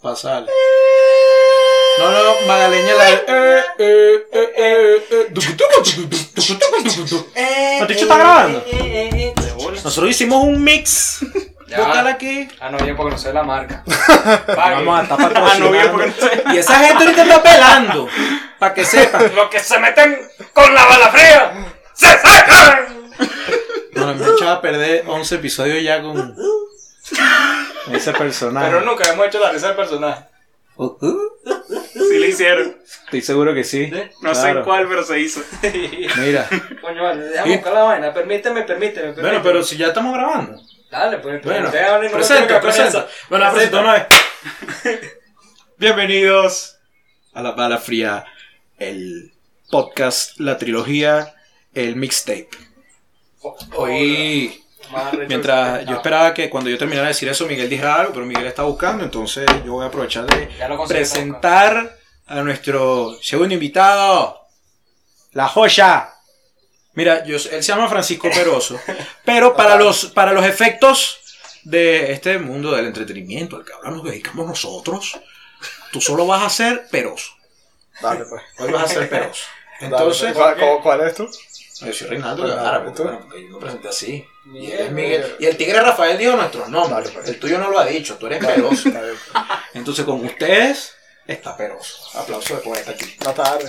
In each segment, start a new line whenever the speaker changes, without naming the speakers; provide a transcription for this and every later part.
pasar. No, no, no, Magaleña la. Eh, eh, eh, eh, eh.
Eh,
¿Maticho está grabando?
eh, eh, eh.
Seguro.
Nosotros hicimos un mix.
Ya.
Total aquí.
Ah, no, bien, porque no sé la marca.
Vamos a estar
Ah, no, bien,
patrocinando.
porque no sé.
Y esa gente ahorita está pelando. Para que sepan.
Los que se meten con la bala fría se sacan.
No, no, me he echado a perder 11 episodios ya con. con ese personaje.
Pero nunca hemos hecho la risa del personaje.
Uh, uh,
Sí le hicieron.
Estoy seguro que sí.
No sé en
Claro.
cuál, pero se hizo.
Mira.
Coño, vale, déjame buscar la vaina. Permíteme, permíteme, permíteme.
Bueno, pero si ya estamos grabando.
Dale, pues.
Bueno,
ustedes hablen, no me
presenta,
tengo que
presenta.
pensar.
Bueno, la presento una vez.
Bienvenidos.
A la bala fría, el podcast, la trilogía, el mixtape. Hoy,
Más arrecho
mientras
que-
yo
no,
esperaba que cuando yo terminara de decir eso, Miguel dijera algo, pero Miguel está buscando, entonces yo voy a aprovechar de
Ya lo pues, conseguí,
presentar a nuestro segundo invitado, la joya. Mira, yo- él se llama Francisco Peroso, pero para los, para los efectos de este mundo del entretenimiento al que ahora nos dedicamos nosotros, tú solo vas a ser Peroso.
Dale, pues.
Hoy vas a ser Peroso.
Dale,
Entonces,
pues. ¿cuál, cuál- cuál eres tú?
yo soy Reinaldo
Reinaldo,
Guevara, porque,
¿tú?
bueno, porque yo me presenté así. Y, él
Miguel,
es Miguel. y el tigre Rafael dijo nuestros nombres.
pues.
El tuyo no lo ha dicho, tú eres Peroso.
Dale, pues.
Entonces, con ustedes está Peroso. Aplauso de poeta aquí.
Más tarde.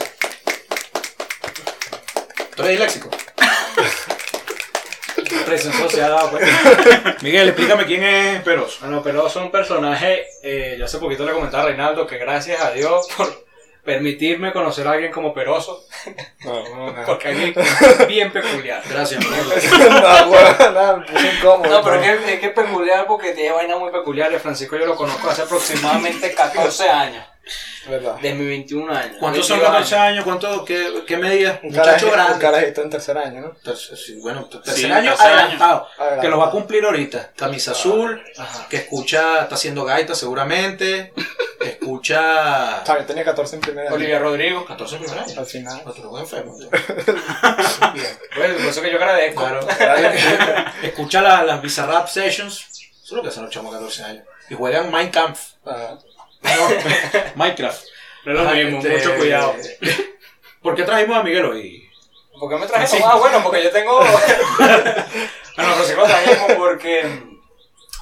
Tú eres disléxico.
Presión social, pues.
Miguel, explícame quién es Peroso.
Bueno, pero es un personaje, eh, yo hace poquito le comentaba a Reinaldo que gracias a Dios por permitirme conocer a alguien como Peroso,
No, no, no.
porque alguien bien peculiar.
Gracias, Miguel.
No, bueno, nada, me puse incómodo.
No, pero
¿no?
es que, es que es peculiar porque tiene vainas muy peculiares. Francisco yo lo conozco hace aproximadamente 14 años,
¿Verdad?
de mis 21 años.
¿Cuántos son
22
14 años? ¿Cuánto, qué, ¿Qué medida?
Un
Muchacho
carajito, un
grande.
carajito en tercer año, ¿no?
Tercer- sí, Bueno, tercer
Sí,
año
tercer año. Ah,
adelantado,
Adelantado.
Que lo va a cumplir ahorita. Camisa azul,
Ajá.
que escucha, está haciendo gaita seguramente. Escucha.
También tenía 14 en primer año.
Olivia Rodrigo.
14 primer año.
Al final.
No, tú no eres enfermo. tú.
Bueno, por eso que yo agradezco.
Claro. Escucha la- las Bizarrap Sessions. Eso es lo que hacen los chamos de 14 años. Y juegan Minecraft.
Ajá.
No, Minecraft.
No es lo mismo, mucho cuidado.
este, ¿Por qué trajimos a Miguel hoy?
¿Por qué me traje eso? Ah, bueno, porque yo tengo. bueno, Francisco también, como porque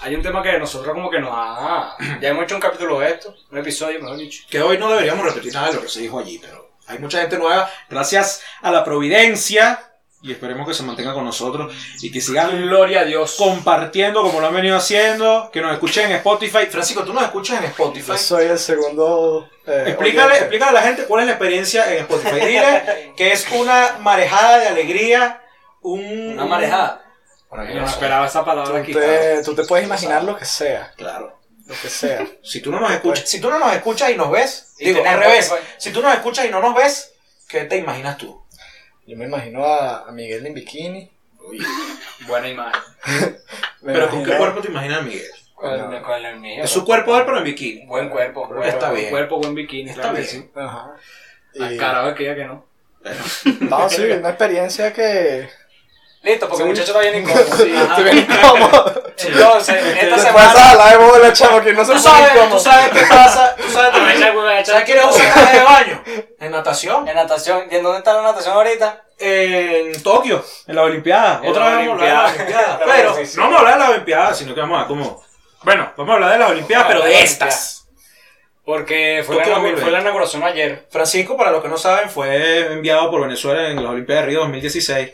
hay un tema que nosotros como que nos ha. Ya hemos hecho un capítulo de esto, un episodio, mejor dicho.
Que hoy no deberíamos repetir nada de lo que se dijo allí, pero hay mucha gente nueva. Gracias a la providencia. Y esperemos que se mantenga con nosotros y que sigan
Gloria a Dios.
compartiendo como lo han venido haciendo. Que nos escuchen en Spotify. Francisco, tú nos escuchas en Spotify.
Yo soy el segundo. eh,
Explícale,
oyente.
explícale a la gente cuál es la experiencia en Spotify. Dile que es una marejada de alegría, un,
Una marejada.
Bueno, yo
Yo
no
no
sé.
esperaba esa palabra aquí.
Tú te, tú te puedes imaginar lo que sea.
Claro.
Lo que sea.
Si tú no nos escuchas, si tú no nos escuchas y nos ves,
Y
digo,
tenés
al revés,
Spotify.
si tú nos escuchas y no nos ves, ¿qué te imaginas tú?
Yo me imagino a, a Miguel en bikini.
Buena imagen.
Me
pero ¿con qué
imagino-
cuerpo te imaginas a Miguel?
Con el- con el mío.
Es su cuerpo de él, pero en bikini.
Buen cuerpo. buen-
Está
buen
bien.
cuerpo, buen bikini.
Está
claro que
bien.
sí.
Ajá.
Al
Y-
carajo aquella que no.
No, sí, una experiencia que.
Listo, porque el muchacho está bien incómodo. Sí, ajá.
Te ven incómodo.
Entonces, esta
Te
semana.
pasa a la de bola, chavo, que no se
Tú
pone
sabes, tú
incómodo.
sabes qué pasa, tú sabes
Ah, esa
también.
hueva, esa-
¿Sabes quién es un sacaje de baño? En natación.
En natación. ¿Y en dónde está la natación ahorita?
En Tokio, en la Olimpiada.
En
Otra
la
vez vamos a hablar de la
Olimpiada.
Olimpiada.
Claro
Pero
que sí.
no vamos a hablar de la Olimpiada, sino que vamos a como. Bueno, vamos a hablar de las Olimpiadas,
Vamos
Ah,
a
pero de
hablar de
estas.
Porque fue la,
Tokio
inaugu-
2020.
fue la inauguración ayer.
Francisco, para los que no saben, fue enviado por Venezuela en las Olimpiadas de Río 2016.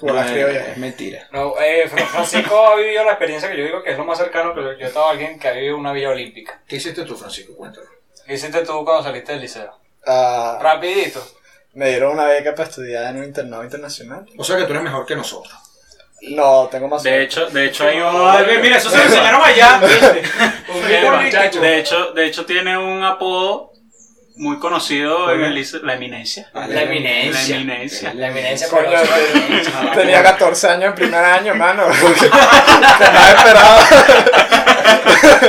Por la
No,
criolla.
es mentira.
No, eh, Fra- Francisco ha vivido la experiencia que yo digo que es lo más cercano que yo he estado a alguien que ha vivido una villa olímpica.
¿Qué hiciste tú, Francisco? Cuéntame.
¿Qué hiciste tú cuando saliste del liceo?
Ah,
Rapidito.
Me dieron una beca para estudiar en un internado internacional.
O sea que tú eres mejor que nosotros.
No, tengo más.
De hecho, de hecho hay un.
Ay, mira, eso se lo enseñaron allá.
Un
bien,
bien,
muchacho.
muchacho.
De hecho, de hecho tiene un apodo muy conocido en el lice- la eminencia.
La eminencia.
La eminencia.
La eminencia por
Coño,
la
ah,
te- tenía
Ah,
14 años en primer año, mano. Que más esperaba.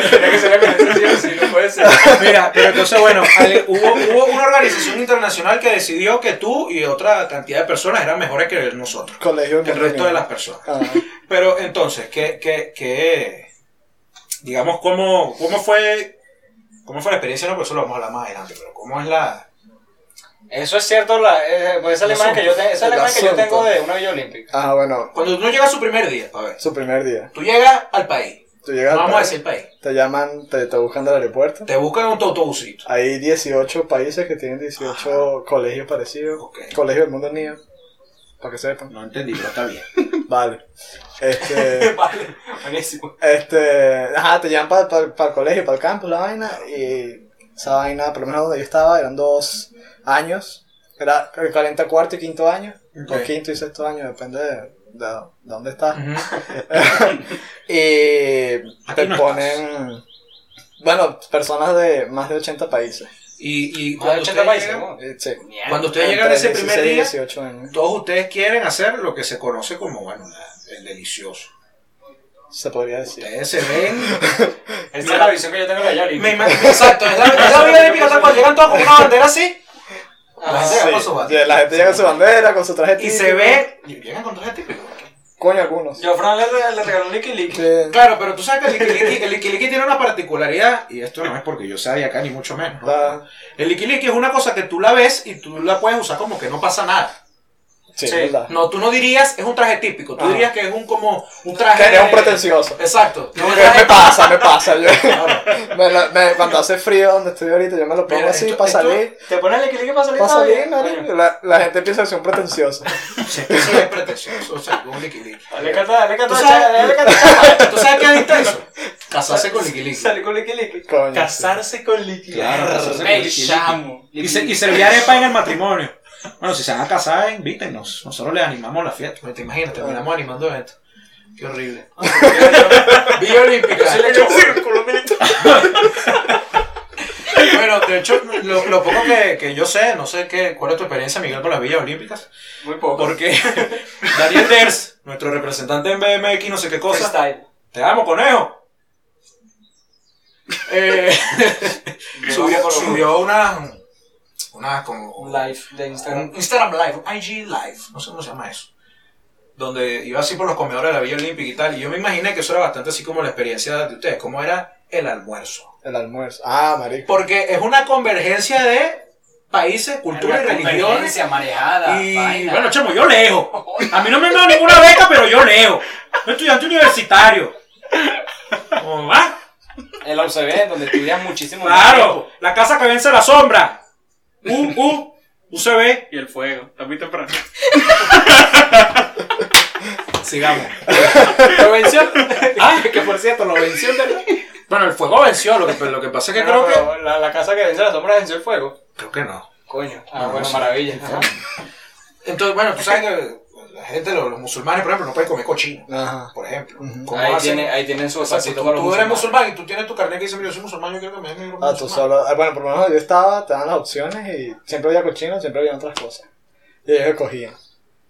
Tenía que ser la eminencia, sí, no puede ser.
Mira, pero entonces, bueno, al- hubo, hubo una organización internacional que decidió que tú y otra cantidad de personas eran mejores que nosotros.
Colegio
Que el resto de las personas.
Ah,
Pero entonces, ¿qué, qué, qué, digamos, cómo, cómo fue cómo fue la experiencia, no, por eso lo vamos a hablar más adelante, pero cómo es la...
Eso es cierto, la, eh, pues esa es la imagen que yo, te- esa es la
El
imagen que yo
asunto.
tengo de una Villa Olímpica.
Ah, bueno,
Cuando uno llega a su primer día, a ver,
su primer día.
tú llegas al país,
Tú llegas al
vamos a
país,
decir país,
Te llaman, te, te buscan del aeropuerto.
te buscan un autobusito.
Hay 18 países que tienen 18 colegios parecidos.
Ah. Ok.
Colegio del mundo niño. Para que sepan.
No entendí, pero está bien.
Vale. Este.
Vale, buenísimo.
Este, ajá, te llevan para el colegio, para el campus, la vaina, y esa vaina, por lo menos donde yo estaba, eran dos años, era el 40 cuarto y quinto año,
Ok.
o quinto y sexto año, depende de, de- de dónde estás. y
Aquí
te
no
ponen, bueno, personas de más de 80 países.
Y, y
Más de
cuando,
80
ustedes
países,
llegan,
¿no?
Eh, Sí.
Mierda.
cuando ustedes llegan a ese primer
y
día,
18 años.
todos ustedes quieren hacer lo que se conoce como, bueno, la- el delicioso.
Se podría decir.
Ustedes se ven...
Esa es la visión que yo tengo de la Villa Olímpica.
Me imagino- exacto, es la, es la vida olímpica, tal cual, llegan todos con una bandera así
Ajá.
Sí. Llega con su bandera.
Y Ah, La gente llega con su bandera, con su traje
y se
típico.
ve... y Llegan con traje típico.
Coño, algunos.
Yo a Fran le, re- le regalé un liqui liqui.
Sí.
Claro, pero tú sabes que el Likiliki, el Likiliki tiene una particularidad, y esto no es porque yo sea de acá ni mucho menos. ¿no?
Ah,
El Likiliki es una cosa que tú la ves y tú la puedes usar como que no pasa nada.
Sí,
Sí.
verdad.
No, tú no dirías es un traje típico, tú
Ajá.
dirías que es un como un traje.
Que eres un pretencioso.
Exacto. No,
Me,
un traje-
me pasa, me pasa. Yo, me lo- me- cuando hace frío donde estoy ahorita, yo me lo pongo
Mira,
así
esto-
para
esto-
salir.
¿Te pones el liqui liqui para salir?
Para
está
salir,
bien,
marico.
coño.
la, la gente piensa que soy un pretencioso.
Sí, eso es pretencioso, o sea, un Likiliki.
Dale cata, dale cata,
¿Tú sabes?
dale cata.
¿Tú sabes qué es intenso? Casarse con Likiliki.
Salí con liqui liqui.
Coño.
Casarse con Liqui.
Claro, casarse con
Me
Likiliki.
llamo.
Y, se, y servir arepa en el matrimonio. Bueno, si se van a casar, invítenos. Nosotros les animamos la fiesta. Pero te imaginas, terminamos animando esto. Qué horrible. Villa Olímpica.
Sí, le echo-
Bueno, de hecho, lo, lo poco que, que yo sé, no sé qué, cuál es tu experiencia, Miguel, con las Villas Olímpicas.
Muy poco.
Porque Daniel Ders, nuestro representante en BMX, no sé qué cosa.
Freestyle.
Te amo, conejo. Eh, subió subió una, una como
Un live de Instagram.
un Instagram Live, un IG Live, no sé cómo se llama eso. Donde iba así por los comedores de la Villa Olímpica y tal. Y yo me imaginé que eso era bastante así como la experiencia de ustedes, cómo era el almuerzo.
El almuerzo. Ah, marico.
Porque es una convergencia de países, cultura y religiones.
Convergencia, manejada.
Y
vaina.
bueno, chamo, yo leo. A mí no me han dado ninguna beca, pero yo leo. Soy estudiante universitario. ¿Cómo va?
El la UCB, donde estudias muchísimo. tiempo.
Claro, la casa que vence la sombra. U, U, UCB.
Y el fuego, está muy temprano.
Sigamos.
Pero venció.
Ah,
que por cierto, lo venció de
Bueno, el fuego venció, lo que, lo que pasa es que creo que...
la, la casa que vence la sombra venció el fuego.
Creo que no.
Coño. Ah,
No,
bueno,
sí.
maravilla. Ajá.
Entonces, bueno, tú sabes que la gente, los, los musulmanes, por ejemplo, no pueden comer cochino,
Ajá.
por ejemplo.
Ujú.
¿Cómo
Ahí,
hacen?
tiene, ahí tienen su
O sea, si
exactito
tú,
para los
tú eres
musulmanes.
musulmán y tú tienes tu carnet que dice, mira, yo soy musulmán, yo quiero que me den negro
Ah, tú
musulmán.
solo. ah, Bueno, por lo menos yo estaba, te dan las opciones y siempre había cochino, siempre había otras cosas. Y ellos escogían.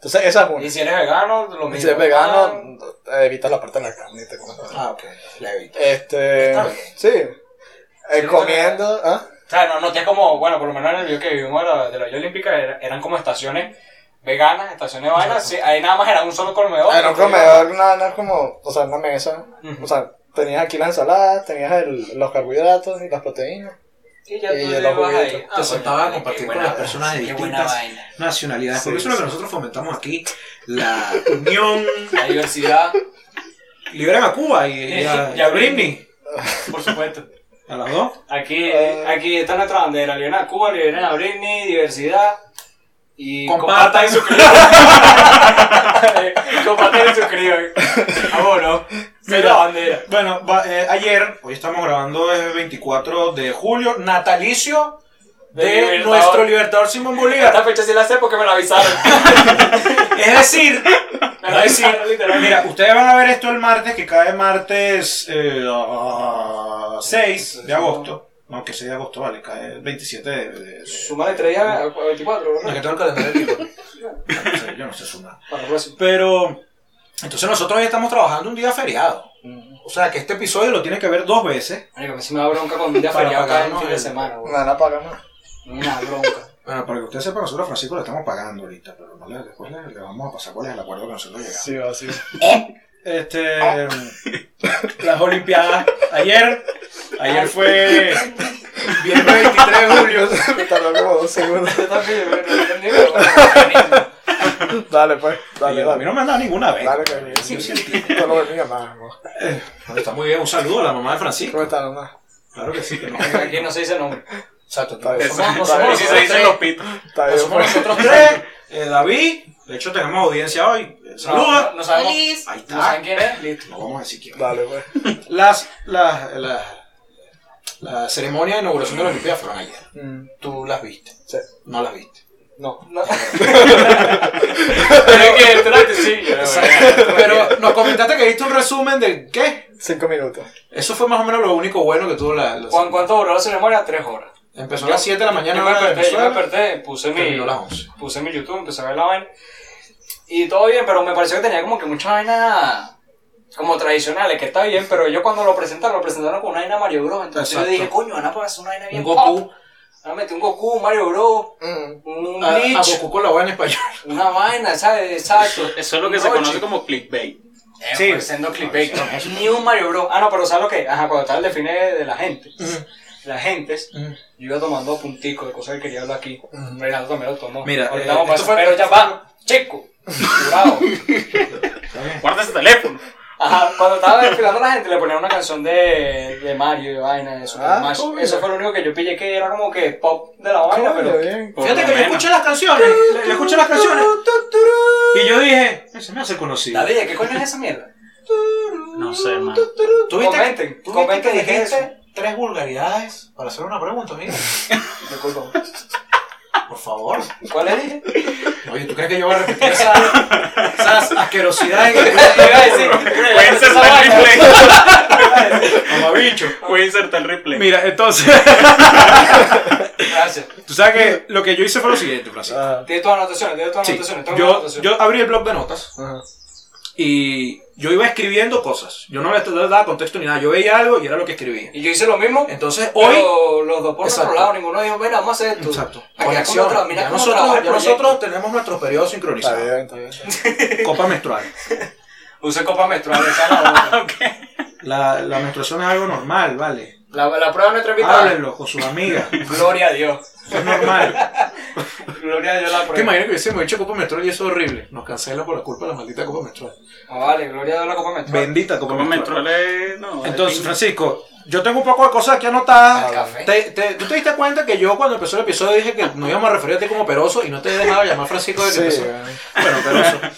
Entonces, esa es
Y
una.
si eres vegano, lo mismo. Ah,
Si eres vegano, eh, evitas la parte de la carne y te comes la vaina.
Ah, ok. La evito.
Este.
Está bien.
Sí. Eh,
Sí,
comiendo. ¿ah?
O sea, no, no tienes como, bueno, por lo menos en el video que vivimos de la, de la Villa Olímpica era- eran como estaciones veganas, estaciones vainas. Sí, ahí nada más era un solo comedor.
Era un Eh, comedor, una, una como, o sea, una mesa.
Ujú.
O sea, tenías aquí las ensaladas, tenías el- los carbohidratos y las proteínas.
Y ya tú
Y
le
los
vas
juguetes.
ahí. Ah,
te sentaba a
bueno,
compartir
qué
con
buena-
las personas de
Qué buena
distintas
vaina.
nacionalidades. Porque eso
Sí,
es lo
sí.
que nosotros fomentamos aquí, la unión.
La diversidad,
Liberen a Cuba y, y a,
Y a
y a Britney.
por supuesto.
A las dos.
Aquí, eh, aquí está nuestra bandera. Liberen a Cuba, liberen a Britney, diversidad. Y
Compartan.
compartan y suscriban. Eh, compartan Ah, y suscriban. Vámonos. Mira
Mira.
la bandera.
Bueno, va- eh, ayer, hoy estamos grabando el 24 de julio, natalicio de,
Del libertador.
nuestro libertador Simón
Esta
Bolívar.
fecha sí la sé porque me la avisaron.
es decir,
Me la avisaron literalmente.
mira, ustedes van a ver esto el martes, que cae martes eh, ah, 6 de agosto. No, que 6 de agosto, vale, cae el 27 de... de-
Suma de 3 a 24,
No, que
¿verdad?
tengo el calendario aquí, no sé, Yo no sé sumar.
Para el próximo.
Pero, entonces nosotros hoy estamos trabajando un día feriado. O sea, que este episodio lo tienen que ver dos veces.
Marico, me sí me da bronca con un día
Para
feriado cada
pagarnos
fin de
el-
semana, güey.
Nada, paga más.
Una bronca.
Bueno, para que usted sepa, nosotros a Francisco le estamos pagando ahorita, pero no le- después le, le vamos a pasar cuál es el acuerdo que nosotros llegamos.
Sí, va, sí.
este, las Olimpiadas ayer. Ayer fue
Viernes 23 de julio. Me tardó como dos segundos.
Yo también, pero no entendí, pero bueno,
Dale, pues.
Y
Dale,
yo, a mí
dale.
no me han dado ninguna vez.
Dale, que sí, sí. Todo lo venía más.
Pero Está muy bien, un saludo a la mamá de Francisco.
¿Cómo está, mamá?
Claro que sí, que no.
Aquí no se dice nombre.
Exacto,
Está bien.
Somos-
Está
somos-
bien,
Y si se dicen los pitos.
Está
No
bien.
somos nosotros
tres, eh, David, de hecho tenemos audiencia hoy. Eh,
No,
Saluda.
no sabemos.
Feliz.
Ahí
No saben
está.
quién es, listo.
No vamos a decir quién.
Dale, pues.
Las, las, las, la ceremonia de inauguración de la Olimpiada fueron ayer.
Mm,
Tú las viste.
Sí.
No las viste.
No.
No. Pero es que tú la
Pero nos comentaste que viste un resumen de qué.
Cinco minutos.
Eso fue más o menos lo único bueno que tuvo la. la-
¿Cuán- ¿Cuánto duró la ceremonia? Tres horas.
Empezó a las 7 de la mañana.
Yo me
hora de
desperté, yo me
Venezuela.
desperté, puse mi,
Terminó a las 11.
puse mi YouTube, empecé a ver la vaina. Y todo bien, pero me pareció que tenía como que mucha vaina como tradicionales, que está bien, pero yo cuando lo presentaron, lo presentaron con una vaina Mario Bros. Entonces
Exacto.
yo dije, coño, van a hacer una vaina bien
Un Goku.
pop. Van a meter un Goku, un Mario Bros,
Mm,
oh, un
A, a
Bleach,
Goku con la voz en español.
una vaina, ¿sabes? Exacto.
Eso es lo que se
Oye.
conoce como clickbait.
Eh,
Sí.
pues, siendo clickbait. ¿no? Ni un Mario Bros. Ah, no, pero ¿sabes lo que? Ajá, cuando estaba el define de la gente. La gente, yo iba tomando punticos de cosas que quería hablar aquí. Reinaldo también lo tomó.
Mira,
Ahorita
eh,
vamos a
esto
pasar,
fue-
pero ya va, chico. Cuidado.
Guarda ese teléfono.
Ajá, cuando estaba desfilando la gente le ponía una canción de, de Mario y vaina de Super
Ah,
Smash.
coño.
Eso fue lo único que yo pillé que era como que pop de la vaina,
coño,
eh.
pero.
bien.
Por
Fíjate
lo
que yo
menos.
escuché las canciones. Eh, le- le escuché las canciones. Y yo dije, "Eh, se me hace conocido.
David, ¿qué coño es esa mierda?
No sé, man.
¿Tú viste-
Comenten,
tú viste
comenten
que
de qué es
dijiste tres vulgaridades para hacer una pregunta, amigo?
Disculpa.
Por favor.
¿Cuál le dije?
Oye, ¿tú crees que yo voy a repetir esa-
Esa-
esas asquerosidades que
Yo iba a decir, mira,
Voy a
yo no sé esa
insertar el
vaina.
replay.
mamabicho?
Voy a insertar el replay.
Mira, entonces,
Gracias.
tú sabes que lo que yo hice fue lo siguiente, Francisco.
Ah,
Tiene todas las anotaciones, tiene todas las
Sí,
anotaciones. todas las
yo,
anotaciones.
yo abrí el blog de notas
ajá.
y yo iba escribiendo cosas. Yo no le daba contexto ni nada. Yo veía algo y era lo que escribía.
Y yo hice lo mismo.
Entonces,
Hoy,
Eh, hoy...
los dos por
Exacto.
otro lado, ninguno dijo, mira, vamos a hacer esto.
Exacto.
Aquí,
Conexión.
¿cómo tra- mira
Ya
cómo trabaja
nosotros,
el
nosotros tenemos nuestro periodo
Está
sincronizado.
bien, está bien. está bien.
Copa menstrual.
Usé copa menstrual, esa es la otra.
La, la menstruación es algo normal, ¿vale?
la, la prueba de nuestra invitada.
Háblenlo con sus amigas.
Gloria a Dios.
Es normal.
Gloria a Dios la
¿Te
prueba.
imaginas que hubiésemos hecho Copa Menstrual y eso es horrible? Nos cancela por la culpa de la maldita Copa Menstrual.
Ah, vale, gloria a Dios la copa menstrual.
Bendita Copa
Como me entró
Menstrual.
el- No,
Entonces,
el-
Francisco, yo tengo un poco de cosas aquí anotadas.
Al café.
Te- te- ¿Tú te diste cuenta que yo cuando empezó el episodio dije que nos íbamos a referir a ti como Peroso y no te he dejado llamar Francisco de que
Sí,
empezó?
bueno.
Bueno, Peroso.
Pura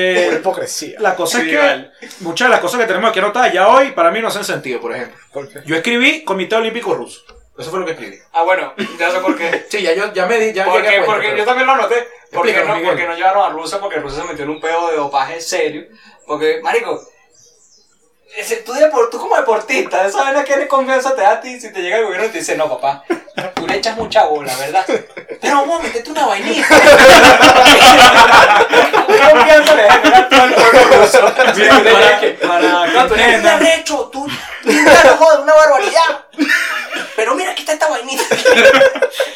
Eh,
hipocresía.
la cosa es
Sí,
que
vale.
muchas de las cosas que tenemos aquí anotadas ya hoy para mí no hacen sentido, por ejemplo.
¿Por qué?
Yo escribí Comité Olímpico Ruso. Eso fue lo que escribí.
Ah, bueno, ya sé por qué.
Sí, ya yo ya me di, ya
¿Por
llegué
qué?
a cuenta,
Porque
pero-
yo también lo anoté. Porque
Explícanos,
no,
Miguel.
porque no llevaron a Rusia, porque Rusia se metió en un pedo de dopaje serio. Porque, marico, ese- tú, depo- tú como deportista, esa vaina que le confianza te da a ti si te llega el gobierno y te dice, no, papá, tú le echas mucha bola, ¿verdad? Pero vamos a meterte una vainita. ¿Qué confianza le da todo el pueblo ruso? Si tú le
para-
llegas-
para que
No, tú eres
entiendan.
un derecho, tú, tú estás loco de una barbaridad. Pero mira, aquí está esta vainita.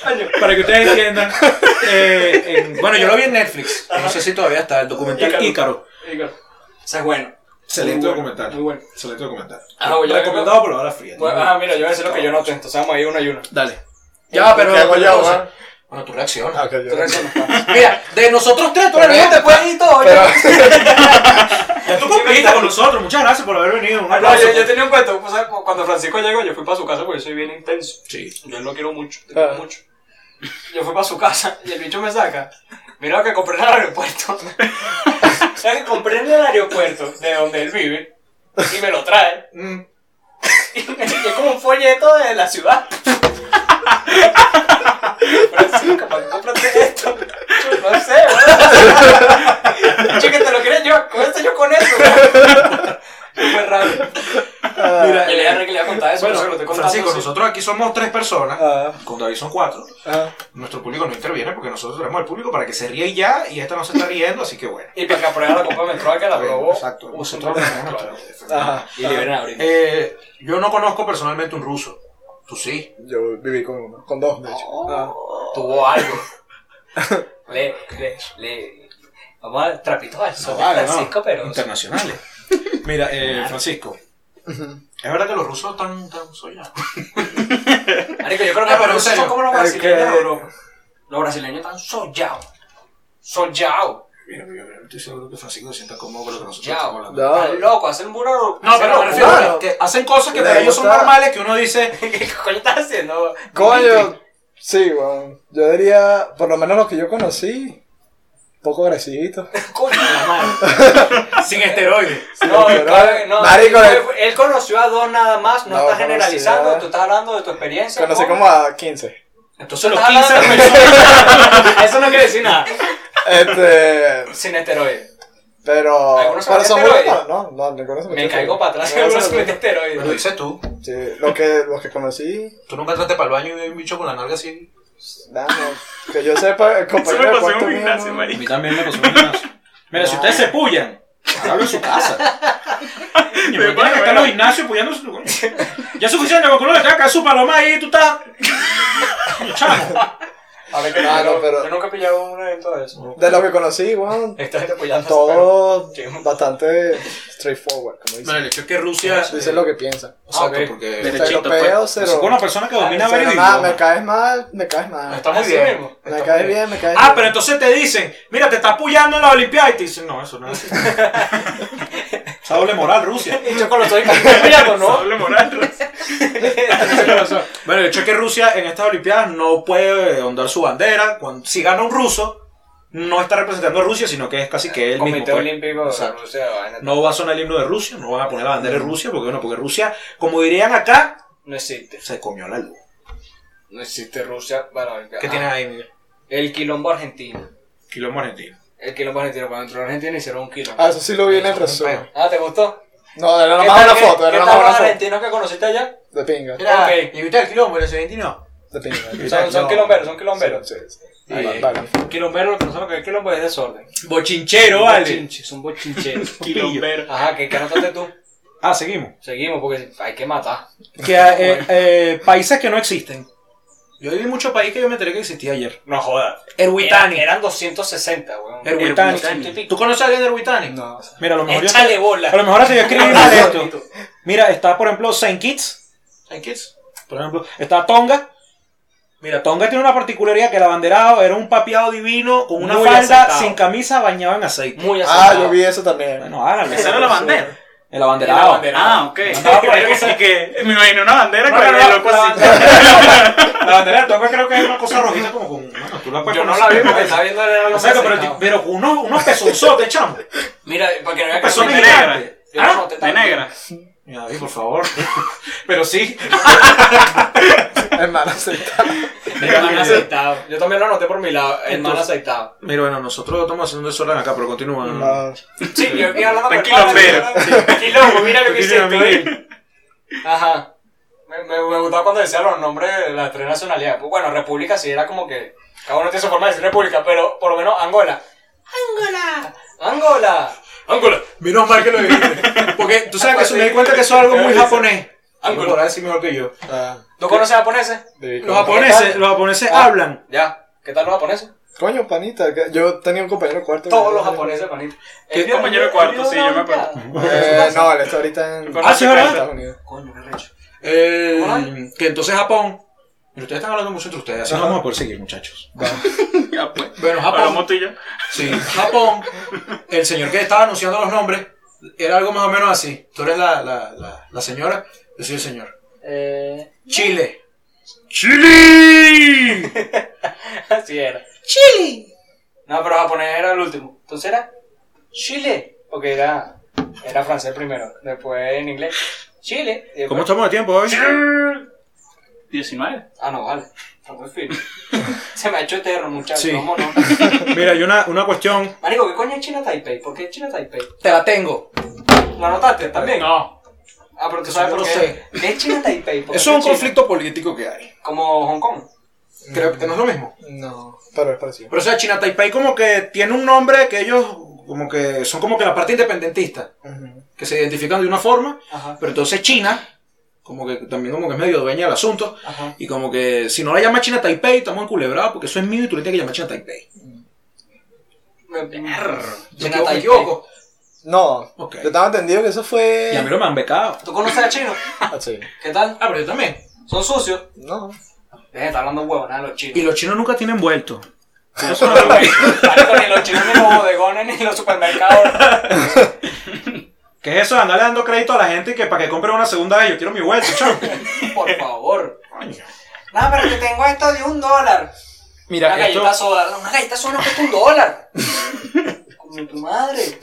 Coño.
Para que ustedes entiendan. eh, en- bueno, yo lo vi en Netflix. No sé si todavía está el documental
Ícaro.
Ícaro.
Digo, Eso es bueno.
Excelente
Muy bueno,
documental.
Muy bueno.
Excelente documental.
Ah, voy a-
Recomendado por la Pues, hora fría.
Bueno, ah, mira, yo voy a decir lo que yo noté, entonces vamos a ir uno y uno.
Dale. Ya, pero.
¿Qué hago yo,
entonces-
va?
Bueno, tu reacción.
Ah, que yo.
Tú reaccionas.
Mira, de nosotros tres, tú pues, eres el único.
Pero te puedes ir todo,
Pero,
oye.
Ya tú cumpliste con nosotros. Muchas gracias por haber venido. Un
No,
aplauso.
yo, yo tenía un pues. cuento, o sea, cu- cuando Francisco llegó, yo fui para su casa porque yo soy bien intenso.
Sí.
Yo lo quiero mucho, te
Ah.
quiero mucho. Yo fui para su casa y el bicho me saca. Mira lo que compré en el aeropuerto. o sea, que compré en el aeropuerto de donde él vive y me lo trae.
Mm.
Y es como un folleto de la ciudad. Francisco, ¿para qué compraste esto? Yo No sé, bro. Che, que te lo quería yo. ¿Cómo estoy yo con eso? bro. Fue raro.
Mira, eh,
Yo le dije a Rick que le iba a contar eso, pero se lo estoy
bueno,
contando.
Francisco,
sí.
nosotros aquí somos tres personas.
Ah,
Con David son cuatro.
ah.
Nuestro público no interviene porque nosotros tenemos al público para que se ríe y ya. Y esta no se está riendo, así que bueno.
Y para que apruebe la copa menstrual que la aprobó.
Exacto.
Uso
Nosotros
otra
tenemos
menstrual.
nuestra-
Ajá.
Y liberen ahorita.
Eh, yo no conozco personalmente un ruso. Tú sí.
Yo viví con uno, con dos, de hecho. Ah.
Tuvo algo. Le, le, le. Vamos a trapitos al sol,
Vale, ¿no?
Francisco, pero.
Internacionales. Mira, eh, Francisco. Es verdad que los rusos están tan sollados.
Marico, yo creo
Ah,
que
No, pero
los rusos
en serio,
son como los
es
brasileños
que-
de Europa. Los brasileños están sollados. Sollados.
Mira, yo estoy seguro que Francisco se sienta cómodo con lo que nosotros
Ya.
estamos hablando.
No.
Están locos, hacen un burro.
No, pero me refiero
Claro.
a que hacen cosas que para
Le
ellos son
gusta.
normales que uno dice.
¿Qué coño estás haciendo?
Coño, sí, weón. Yo diría, por lo menos los que yo conocí, poco agresivitos.
Coño, la madre.
Sin esteroides.
No,
pero-
claro, no,
Marico, eh.
él, él conoció a dos nada más, no,
No,
estás
conocí
generalizando,
a-
tú estás hablando de tu experiencia.
Conocí
¿no?
como a 15.
Entonces
los
los 15 personas. Eso no quiere decir nada.
Este,
Sin esteroides.
pero...
¿Algunos se
pero son
metieron
buenos,
ahí?
No, no, ninguno se
Me
metió.
caigo para atrás,
Ninguno
seguro
se
se mete
metió.
Me lo
esteroides.
dices tú.
Sí, los que, los que conocí,
Tú nunca entraste para el baño y vi un bicho con la nalga así.
nada, que yo sepa, el
Eso
compañero
me
de
pasó en
cuarto
un
mío,
gimnasio,
no.
A
marico.
mí también me pasó un gimnasio. Mira, si ustedes se pullan, hablo en su casa. Coño, pero tienen que estar en los gimnasios puyando su coño. Ya es suficiente con culo de caca, su paloma ahí, tú estás. Coño, Chamo.
A ver, que
No,
yo-
Ah, no, pero-
Yo nunca he pillado un evento de eso.
De los que conocí, weón,
Esta gente apoyando.
todo
Sí.
bastante straightforward, como
Bueno,
dicen.
el hecho es que Rusia.
Dicen lo que piensan.
Exacto,
Ah, ok.
porque.
Derechito,
Cero
pues.
peo,
Así
cero...
con una persona que domina
cero
varios
Ah, nada, me
idiomas.
caes mal, me caes mal.
Ah, Está muy
Así
bien.
mismo.
Está
Me
muy
caes
bien.
bien, me caes bien.
Ah, pero entonces te dicen, mira, te estás puyando en la Olimpiada. Y te dicen, no, eso no es así. Esa doble moral, Rusia.
Y yo con los oídos que estoy pillando, ¿no?
Doble moral.
Bueno, el hecho es que Rusia en estas Olimpiadas no puede ondar su bandera. Cuando, si gana un ruso, no está representando a Rusia, sino que es casi que él mismo.
Comité
pues.
Olímpico de
Exacto.
Rusia, vaina.
No va a sonar el himno de Rusia, no van a poner la bandera de Rusia, porque bueno, porque Rusia, como dirían acá,
No existe.
se comió la luz.
No existe Rusia para la
¿Qué tienes ahí, Miguel?
El quilombo argentino.
Quilombo argentino.
El quilombo argentino. Cuando entró Argentina hicieron un quilombo.
Ah, eso sí lo vi en el resumen.
Ah, ¿te gustó?
No, era
¿Qué
nada más
tal-
una
qué-
foto,
¿Qué
era nada
tal
más
los
una foto.
argentinos que conociste allá?
De pinga,
Mira,
Ok.
¿le gusta el quilombo el argentino?
de pinga.
Son, son
No.
quilomberos, son quilomberos.
Sí, sí.
Sí.
Vale, vale.
Quilomberos, lo que no saben lo que es quilombo es desorden.
Bochinchero, vale.
Bochinche, son bochincheros.
Quilombero.
Ajá, ¿qué, ¿qué anotaste tú?
Ah, seguimos.
Seguimos porque hay que matar.
Que eh, eh, países que no existen. Yo viví muchos países que yo me enteré que existía ayer.
No jodas.
Erwitani.
Eran, eran 260, weón.
Erwitani.
Erwitani.
¿Tú conoces a alguien de Erwitani?
No.
Mira, a lo mejor yo-
Échale bola.
A lo mejor hasta yo escribí mal esto. Mira, está por ejemplo Saint Kitts. Saint Kitts. Por ejemplo, está Tonga. Mira, Tonga tiene una particularidad que el abanderado era un papiado divino con una
Muy
falda
acertado.
sin camisa bañado en aceite.
Muy
Ah,
acertado.
yo vi eso también.
Bueno, háganle.
Esa era la bandera.
El abanderado.
Ah, ok.
Andaba por ahí,
Así que me imagino una bandera
No,
con
no,
el
no,
loco
la
así.
La bandera de Tonga creo que es una cosa rojita como con. Bueno, tú la puedes
Yo no la
conocer.
vi porque estaba viendo el los
Exacto, pero, ti-
acertados.
pero unos, unos pezonzotes, chamo.
Mira, para que no veas que
Son
soy
de
Pezones
negra.
negra.
gigantes.
Yo no
¿Ah?
noté
De
tanto.
negra.
Mira, David, por favor. Pero sí.
Hermano, aceptado.
El mal aceitado. Yo también lo anoté por mi lado. El mal
Entonces-
aceitado.
Mira, bueno, nosotros estamos haciendo un desorden acá, pero continúa.
No.
Sí, yo aquí hablando con el
Tranquilo,
Ah,
padre,
Homero.
¿verdad? Tranquilo, mira lo que
Continúa,
hiciste.
Miguel.
Ajá. Me, me, me gustaba cuando decía los nombres de las tres nacionalidades. Pues bueno, República sí era como que. Cada uno tiene su forma de decir República, pero por lo menos Angola. ¡Angola! ¡Angola! ¡Angola!
Menos mal que lo dijiste. Porque tú sabes que eso- me di cuenta que eso es algo muy japonés.
Algo.
Algo lo decir mejor que yo.
Ah,
¿Tú conoces japoneses?
viví con-
Los japoneses, los japoneses hablan.
Ya. ¿Qué tal los japoneses?
Coño, panita. que- Yo tenía un compañero de cuarto. Eh,
Todos
que-
los japoneses, panito.
¿Qué
Él vio-
compañero de
él
cuarto?
vio
Sí,
una
yo me acuerdo.
Olimpiada.
Eh, no, él está ahorita en
Ah,
sí, ¿verdad?
Estados Unidos.
Coño, qué recho.
Eh,
Ajá.
que entonces Japón. Pero ustedes están hablando mucho entre ustedes, así no
Ajá.
vamos a poder seguir, muchachos.
Ya pues.
Bueno, Japón.
Hablamos tú y yo.
Sí, Japón. El señor que estaba anunciando los nombres era algo más o menos así. Tú eres la, la, la, la señora, yo soy el señor.
Eh.
Chile. ¡Chile!
Así era. ¡Chile! No, pero japonés era el último. Entonces era. ¡Chile! Porque era. Era francés primero. Después en inglés. ¡Chile! y después-
¿Cómo estamos de tiempo ¿eh? hoy?
19.
Ah, no, vale. Está muy fino. Se me ha hecho eterno, muchachos.
Sí.
¿Cómo no?
Mira, hay una, una cuestión.
Marico, ¿qué coño es China Taipei? ¿Por qué es China Taipei?
Te la tengo.
¿Lo anotaste también?
No.
Ah, pero tú
Eso
sabes
yo
por
lo
qué. ¿Qué es China Taipei? ¿Por
Eso es
qué
un
China?
conflicto político que hay.
Como Hong Kong.
Creo que no es lo mismo.
No, pero es parecido.
Pero o sea, China Taipei como que tiene un nombre que ellos como que son como que la parte independentista,
Ujú.
que se identifican de una forma,
Ajá.
pero entonces China como que también como que es medio dueña del asunto
Ajá.
y como que si no la llama China Taipei estamos enculebrados porque eso es mío y tú le tienes que llamar China Taipei.
Me-
Me
China
equivoco, me
Taipei.
equivoco.
No,
Ok.
yo estaba entendido que eso fue.
Y a mí no me han becado.
¿Tú conoces a chinos?
Ah, sí.
¿Qué tal?
Ah, pero yo también.
¿Son sucios?
No.
Dejen de estar hablando huevos, nada, los
Y
chinos.
los chinos nunca tienen vuelto. Eso es una vergüenza.
Marico, ni los chinos, ni los bodegones, ni los supermercados.
¿Qué es eso? de Andarle dando crédito a la gente que para que compre una segunda vez yo quiero mi vuelto, chao.
Por favor. No, pero que tengo esto de un dólar.
Mira,
una galleta
esto,
soda. Una galleta soda no cuesta un dólar. Como tu madre.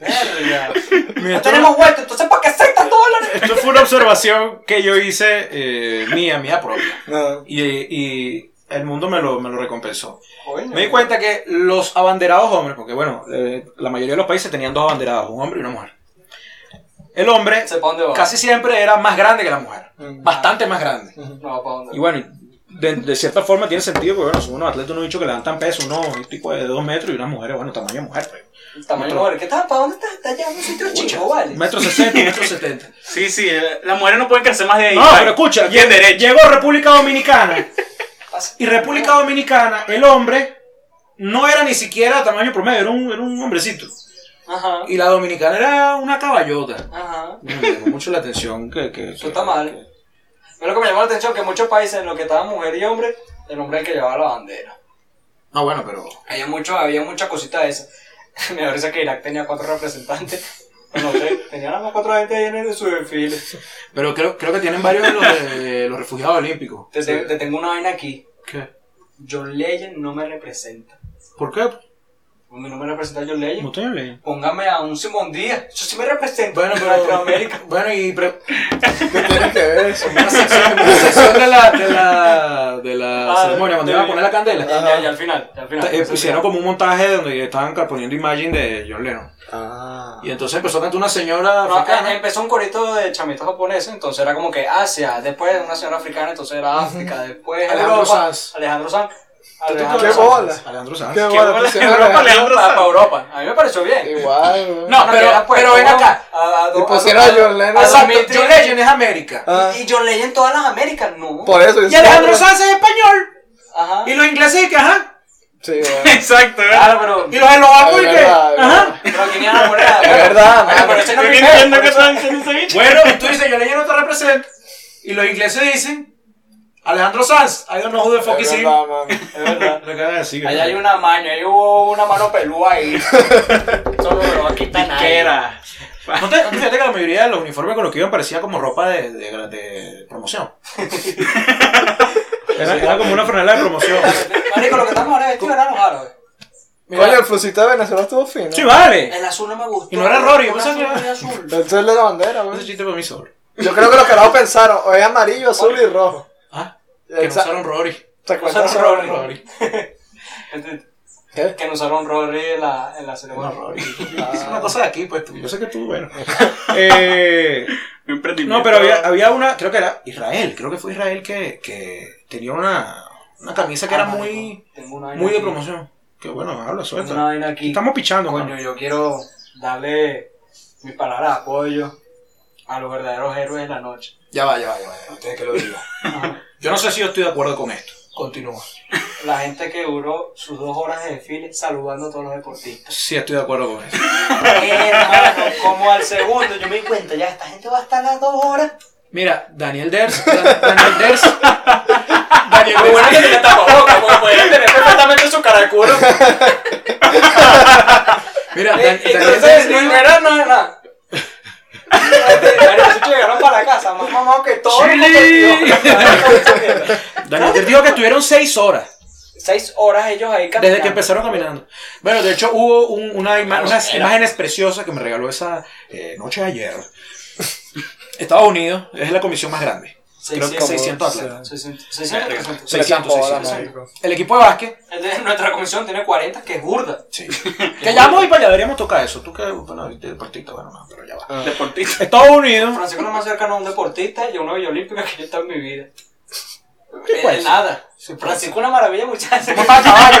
Verga.
mira,
No
esto-
tenemos vuelto, entonces ¿para qué aceptan dólares?
esto fue una observación que yo hice eh, mía, mía propia.
No.
Y, y el mundo me lo, me lo recompensó.
Coño.
Me di cuenta que los abanderados hombres, porque bueno, eh, la mayoría de los países tenían dos abanderados, un hombre y una mujer. El hombre
¿Para dónde va?
casi siempre era más grande que la mujer,
Mm.
bastante más grande.
No, ¿para dónde
Y bueno, de, de cierta forma tiene sentido, porque bueno, son unos atletas, unos bichos que levantan peso, uno tipo de dos metros y unas mujeres, bueno, tamaño de mujer, pues. pero.
El tamaño mujer. ¿Qué tal? ¿Para dónde estás? Estás llegando a un sitio chico, vale.
Un metro sesenta, un metro setenta.
Sí, sí, eh, las mujeres no pueden crecer más de ahí.
No,
Ay,
pero escucha,
Bien
lle-
derecho.
llegó República Dominicana. Y República Dominicana, el hombre no era ni siquiera tamaño promedio, era un, era un hombrecito.
Ajá.
Y la dominicana era una caballota.
Ajá.
Bueno, Me llamó mucho la atención que. que,
Eso
que-
está mal. Pero lo que me llamó la atención es que en muchos países en los que estaban mujer y hombre, el hombre era el que llevaba la bandera.
No, bueno, pero.
Había mucho, había mucha cosita de esa. Me parece que Irak tenía cuatro representantes. No sé, tenía nada más cuatro gente ahí en el- en su desfile.
Pero creo, creo que tienen varios de los, de los refugiados olímpicos.
Te, te- te tengo una vaina aquí.
¿Qué?
John Legend no me representa.
¿Por qué?
A mí no me representa John Legend.
No te leí.
Póngame a un Simón Díaz. Eso sí me representa.
Bueno, pero.
Latinoamérica.
Bueno, y. pre-
¿Qué tiene que ver eso?
Una sección, una sección de la, de la, de la
Ah,
ceremonia donde
de-
iban a poner la candela.
Ya, ya, ya, al final. ya al final.
Eh, pusieron como un montaje donde estaban poniendo imagen de John Lennon.
Ah.
Y entonces empezó a cantar una señora
No,
africana.
eh, empezó un corito de chamitos japoneses, entonces era como que Asia, después una señora africana, entonces era África, después
Alejandro
Europa,
Sanz.
Alejandro Sanz.
¿Qué
Alejandro
Sanz.
Sanz.
bola?
Alejandro Sanz.
Qué
Qué
bola,
bola,
pusieron
Europa,
pues, a-
Alejandro
Para,
Sanz.
para Europa. A mí me pareció bien.
Igual, güey.
No, pero-
que era, pues,
pero ven
como
acá.
A, a,
Y
do-
pusieron a John Lennon.
a
Exacto,
Dimitri-
John Legend es América.
Ah,
Y, y John Legend en todas las Américas, no.
Pues,
Por eso. yo
Y Alejandro
estaba-
Sanz es español.
Ajá.
Y los ingleses, que ajá.
Sí, güey.
Exacto, ¿verdad?
Claro, pero.
Y los eslovacos,
Es
que
verdad, es
ajá.
Pero ¿quién era la moneda?
Es verdad,
Bueno,
mano.
pero ese no
Yo
es mi
ni
pedo,
entiendo
por
qué
eso-
están diciendo ese bicho.
Bueno, y tú dices, John Legend no te representa. Y los ingleses dicen, Alejandro Sanz, I don't know who the fuck
Es
is him.
verdad, mano.
Es verdad.
Lo que van a decir,
Allá
¿verdad?
hay una maña, ahí hubo una mano pelúa ahí. Solo me lo va a quitar
¿Qué
nadie.
era?
¿No te, no te fíjate que la mayoría de los uniformes con los que iban parecía como ropa de, de- de promoción. Era, era como una franela de promoción.
Marico, lo que estamos ahora vestidos eran los árabes.
Mira.
Coño, el fusito de Venezuela estuvo fino.
Sí, vale.
El azul no me gustó.
Y no era Rory, yo
El
pensaba
azul,
que era-
el azul.
Entonces es la bandera,
Ese
güey.
chiste para mi sobre.
Yo creo que los carajos pensaron, o es amarillo, azul y rojo.
Ah, que no
Exacto.
usaron Rory.
¿Te
No
acuerdas?
usaron Rory. Este,
¿Qué?
Que no usaron Rory en la, en la ceremonia.
Es una cosa de aquí, pues tú. Yo sé que tú, bueno. Eh,
Un emprendimiento.
no, pero había, había una, creo que era Israel, creo que fue Israel que, que tenía una, una camisa que era
Ah,
muy,
marico, tengo una vaina
muy de
aquí.
promoción. Que bueno, habla
Tengo
suelta.
una vaina aquí.
Estamos pichando,
Coño,
coño.
yo quiero darle mis palabras de apoyo a los verdaderos héroes de la noche.
Ya va, ya va, ya va. Ustedes que lo diga.
Ajá.
Yo no sé si yo estoy de acuerdo con esto. Continúa.
La gente que duró sus dos horas de desfile saludando a todos los deportistas.
Sí, estoy de acuerdo con eso.
Hermano, como al segundo, yo me di cuenta, ya esta gente va a estar las dos horas.
Mira, Daniel Ders. Dan- Daniel Ders. Daniel
Lo
Ah,
bueno
Ders.
es que tenía tapabocas, porque podían tener perfectamente su cara de culo.
Mira, Dan- Daniel
Entonces,
Ders.
no era nada. Los chicos llegaron para casa, más mamado que todo. el mundo.
Daniel Ders dijo que estuvieron seis horas.
Seis horas ellos ahí caminando.
Desde que empezaron caminando. Bueno, de hecho hubo un- una ima- unas imágenes preciosas que me regaló esa eh, noche de ayer. Estados Unidos es la comisión más grande. Creo que
como-
600 atletas.
600, 600, 600.
600,
Tampoco,
600.
marico.
El equipo de básquet.
Entonces, Nuestra comisión tiene 40, que es burda.
Sí. que ya vamos y para allá deberíamos tocar eso. Tú que, bueno, deportista, bueno, no, pero ya va.
Deportista.
Estados Unidos.
Francisco es lo más cercano a un deportista y a una Villa Olímpica que yo he estado en mi vida.
¿Qué
Eh,
puede ser?
nada. Francisco es una maravilla, muchacho.
Para caballo. Para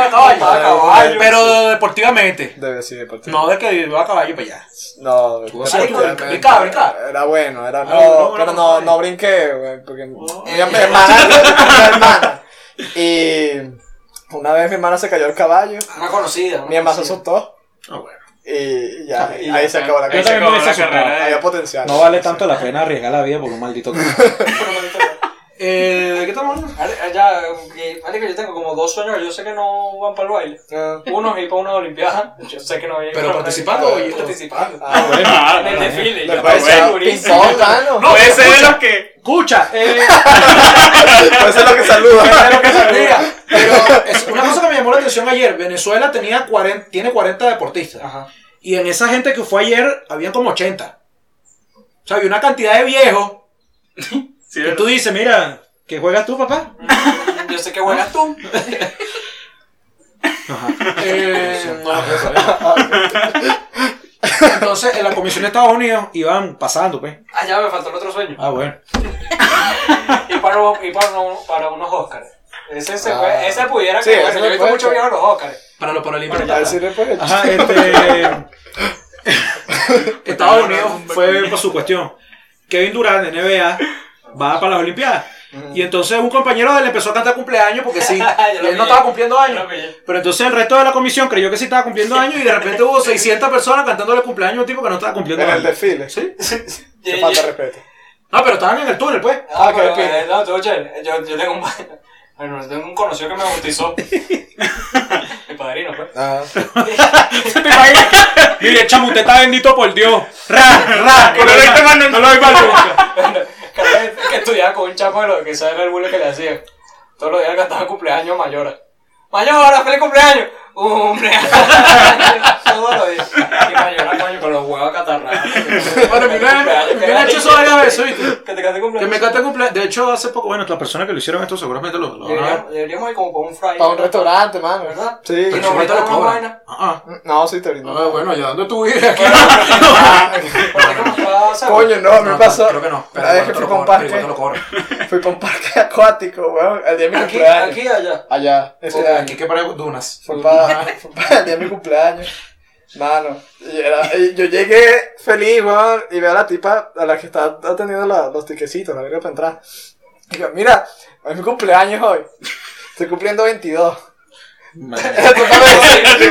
Ah, caballo.
Para caballo.
Pero deportivamente.
Ah, Debe ser deportivo.
No, de que va a caballo para allá.
No,
Tú
era-
hacías tu-
era-
brinca, brinca.
Era bueno, era. No,
bueno,
pero
bueno,
no,
compadre.
no brinqué, güey, porque mi,
eh.
mi hermana, mi hermana. Y una vez mi hermana se cayó el caballo,
Una conocida. una
mi hermana se
conocida.
asustó.
Ah, bueno.
Y ya,
Ah, y
ahí
ya,
se acabó la
Yo
cosa.
también me
acabó
hubiese
la
asustado.
carrera.
Había potencial.
No vale tanto la pena arriesgar la vida por un maldito carro. eh, ¿De qué estamos hablando?
Ah, Ya, que- vale que yo tengo como dos sueños que yo sé que no van para el baile.
Ah,
Uno es ir para una olimpiada, yo sé que no voy a ir
¿Pero
para una
participando
olimpiada.
o yendo?
Participando.
ah, bueno.
Ah,
En el desfile,
Me
ya
parece
está
ah,
segurísimo.
pintón, mano.
No, ese es lo que.
Escucha, eh,
Pues es lo que saluda.
Mira, pero es una cosa que me llamó la atención ayer, Venezuela tenía 40, tiene 40 deportistas.
Ajá.
Y en esa gente que fue ayer, habían como 80. O sea, había una cantidad de viejos
Sí,
que tú dices, mira, ¿qué juegas tú, papá?
Mm, Yo sé que juegas tú.
Eh, no, no sé. Entonces, en la Comisión de Estados Unidos iban pasando, pues.
Ah, ya me faltó el otro sueño.
Ah, bueno.
Y para, un- y para, un- para unos Óscares. Ese, se
Ah.
puede- ese pudiera
Sí,
que, bueno,
ese
yo he visto
puede
mucho
ser.
viejo los Óscares.
Para los
A ver si le puede.
Ajá, este. Estados Unidos fue por su cuestión. Kevin Durant, de NBA, va para las Olimpiadas. Y entonces un compañero de él empezó a cantar cumpleaños porque sí,
Ya lo
él no
pillé.
estaba cumpliendo años.
Lo pillé.
Pero entonces el resto de la comisión creyó que sí estaba cumpliendo años y de repente hubo 600 personas cantándole cumpleaños a un tipo que no estaba cumpliendo
En el
años.
desfile.
Sí.
Te
Y-
falta
y-
respeto.
No, pero estaban en el túnel, pues.
Ah,
Ah,
pero,
que- que-
eh, no, todo chévere. Yo, yo tengo un bueno, tengo un conocido que me bautizó. Mi padrino, pues.
Ah.
Mire, chamo, usted está bendito por Dios. Ra, ra.
Con el oíste más
No lo oí mal nunca.
Cada vez que estudiaba con un chamo de lo que sabe era el bullying que le hacía. Todos los días le cantaba cumpleaños a Mayora. ¡Mayora, feliz cumpleaños! ¡Cumpleaños! Todos los días. Y Mayora, coño, con los huevos acatarrados.
Bueno, mi novia- mi novia ha hecho eso varias veces, ¿viste?
Que te cante
Que
cumpleaños.
me canta cumpleaños. De hecho, hace poco, bueno, la persona que lo hicieron esto seguramente lo, lo van a ver.
Deberíamos- Deberíamos ir como para un Friday.
Para un restaurante, mano,
¿Verdad?
Sí.
Y
Pero
no
si ahorita lo
brindaron
cobran.
vaina.
Ah, ah.
No, sí, te brindó.
No, bueno, ya dónde tú vives aquí.
Porque como estaba, o sea,
Coño, no, me pasó.
Creo que no. Pero
Una vez que
igual te
fui
lo
con
cobran, pero igual te
parque,
lo cobran.
fui con parque acuático, weón, el día de mi
Aquí,
cumpleaños.
aquí, allá.
Allá, ese era
Aquí que para dunas.
Fue para, fue pa el día de mi cumpleaños. Mano, y era- y yo llegué feliz, weón, y veo a la tipa a la que está atendiendo la- los tiquecitos, la verga para entrar. Y digo, mira, es mi cumpleaños hoy. Estoy cumpliendo 22. Y la tipa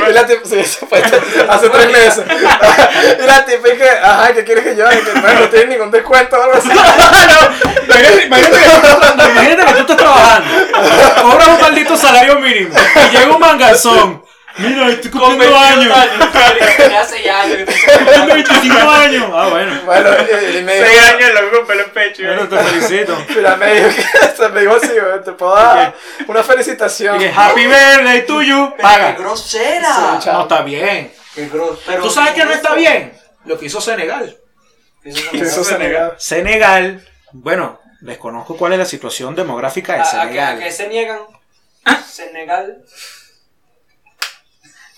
me- y la tipa- sí, eso fue hace tres meses. Y la tipa dije, ajá, ¿qué quieres que yo haga? Y que, bueno, no tienes ningún descuento o algo así.
Imagínate, imagínate que tú estás- imagínate que tú estás trabajando, cobras un maldito salario mínimo y llega un manganzón. Mira, estoy cumpliendo años,
¿Qué hace ya? Yo que te-
cumpliendo 25 años. Ah, bueno.
Bueno, y, y me dijo,
Seis años lo vi con pelo en pecho.
Bueno, te felicito.
mira, me dijo que se me dijo así, weón, te puedo dar una felicitación.
Y que happy birthday to you. Paga.
¡Qué grosera!
Sí,
No está bien.
¡Qué grosera!
¿Tú sabes que no está bien? Lo que hizo Senegal.
Que eso se negaba.
Senegal, bueno, desconozco cuál es la situación demográfica de
¿A, a, que, a Ah, que
Senegal. ¿Ah?
se niegan? Senegal.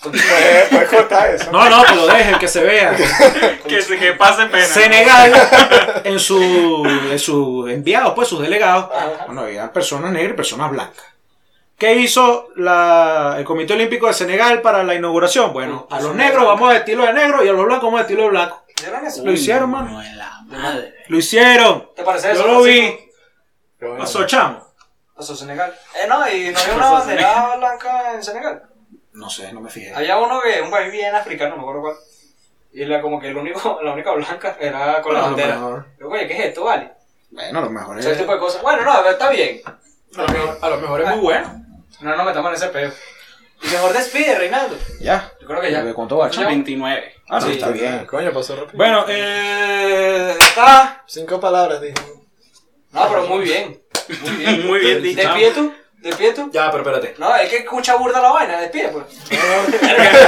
Puedes, puedes cortar eso.
No, no, que lo dejen, que se vea.
Que, se- que pase pena.
Senegal, en su, en su enviado, pues sus delegados, bueno, había personas negras y personas blancas. ¿Qué hizo la- el Comité Olímpico de Senegal para la inauguración? Bueno, a los negros vamos a vestirlo de negro y a los blancos vamos a vestirlo de blanco.
¿Vieron eso?
Lo hicieron, mano.
De madre.
Lo hicieron.
¿Te parece eso?
Yo lo vi.
Francisco?
Pasó, chamo.
Pasó Senegal. Eh, no, y no había una bandera blanca en Senegal.
No sé, no me fijé.
Había uno que un país bien africano, no me acuerdo cuál. Y la, como que el único, la única blanca era con
Ah, Bueno,
la
a lo
bandera.
mejor.
Yo, Oye, ¿qué es esto, vale?
Bueno, a lo mejor
O
es,
sea, ese tipo de cosas. Bueno, no, está bien. Ah.
a lo mejor- a lo mejor es muy bueno.
No nos metamos en ese peo. Y mejor despide, Reinaldo.
Ya.
Yo creo que ya.
¿Cuánto va, chamo?
29.
Ah,
Sí,
sí, está bien.
Coño, pasó rápido.
Bueno, eh, está.
Cinco palabras, dije.
No, pero muy bien. Muy bien.
Muy bien dicho.
Despide tú. Despide tú.
Ya, pero espérate.
No, es que escucha burda la vaina, despide, pues.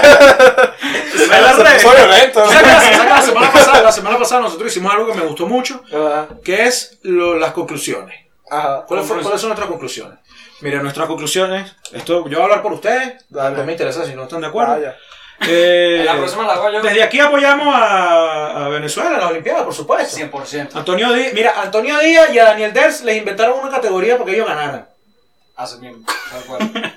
Me la re-
Soy violento.
¿Sabes qué hace? ¿Sabes qué? La semana pasada, la semana pasada nosotros hicimos algo que me gustó mucho,
Ajá.
que es lo- las conclusiones.
Ajá. Ah,
¿Cuáles, fueron- cuáles son nuestras conclusiones? Mira, nuestras conclusiones, esto Ah, yo voy a hablar por ustedes,
Dale.
no me interesa si no están de acuerdo.
Vaya.
Eh,
La próxima la hago yo.
desde aquí apoyamos a, a Venezuela en las Olimpiadas, por supuesto.
100%.
Antonio Díaz, mira, Antonio Díaz y a Daniel Ders les inventaron una categoría porque ellos ganaran.
Asumimos. Tal cual.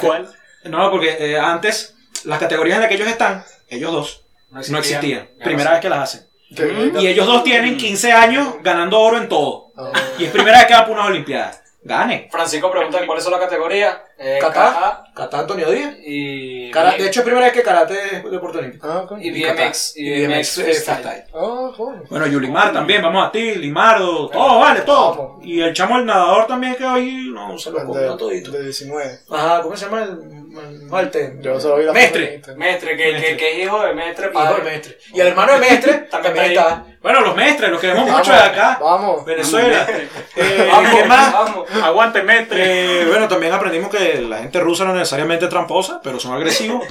¿Cuál?
Ah. No, porque eh, antes las categorías en las que ellos están, ellos dos, no existían.
Ya
Primera
no
vez que las hacen.
Qué lindo.
Mm, Y ellos dos tienen 15 años ganando oro en todo.
Ah.
Y es primera vez que va para unas Olimpiadas. Gane.
sé. Francisco pregunta cuáles son las categorías.
Eh,
Catá.
Catá
Cata Antonio Díaz.
y.
Cara- de hecho, es primera vez que karate es deporte olímpico.
Ah, ok.
y BMX. Y BMX freestyle.
Ah, coño.
Bueno, Yulimar también, vamos a ti, Limardo, todo, vale, todo. Y el chamo, el nadador también que hoy no se lo comió
De,
todito.
de 19.
Ajá, ¿cómo se llama el, el Malte?
Yo solo vi la
Mestre.
foto en Instagram.
Mestre, que, que, que es hijo de Mestre,
Hijo del
padre.
Mestre. Y Ah, el hermano de Mestre también
También está
está.
Bueno, los mestres, los que vemos mucho de acá.
Vamos.
Venezuela. Eh,
Vamos,
¿Qué más?
vamos.
Aguante, Mestre.
Eh, bueno, también aprendimos que la gente rusa no necesariamente es tramposa, pero son agresivos.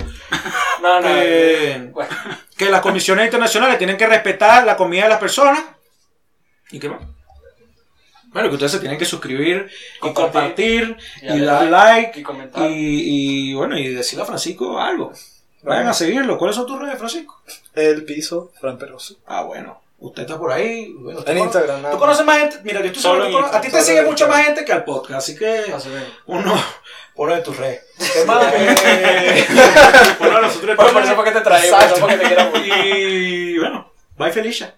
No, no.
Eh,
Bueno,
que las comisiones internacionales tienen que respetar la comida de las personas. ¿Y qué más? Bueno, que ustedes se tienen que suscribir y compartir y,
Y
dar
darle
like
y
y,
comentar.
y, bueno, y decirle a Francisco algo. Vayan a seguirlo. ¿Cuáles son tus redes, Francisco?
El piso, Fran Peroso.
Ah, bueno. Usted está por ahí. Bueno, tú
En
cono-
Instagram, nada
Tú
más.
conoces más gente. Mira, yo estoy seguro
Solo
que
en
tú cono- A ti te
Instagram.
sigue mucha más gente que al podcast, así que
así mismo.
uno.
Ponlo en tus redes.
¿Qué más? Eh,
Bueno, nosotros
Bueno, por eso fue que te traí, por eso fue que te quiero mucho.
Y bueno, bye Felicia.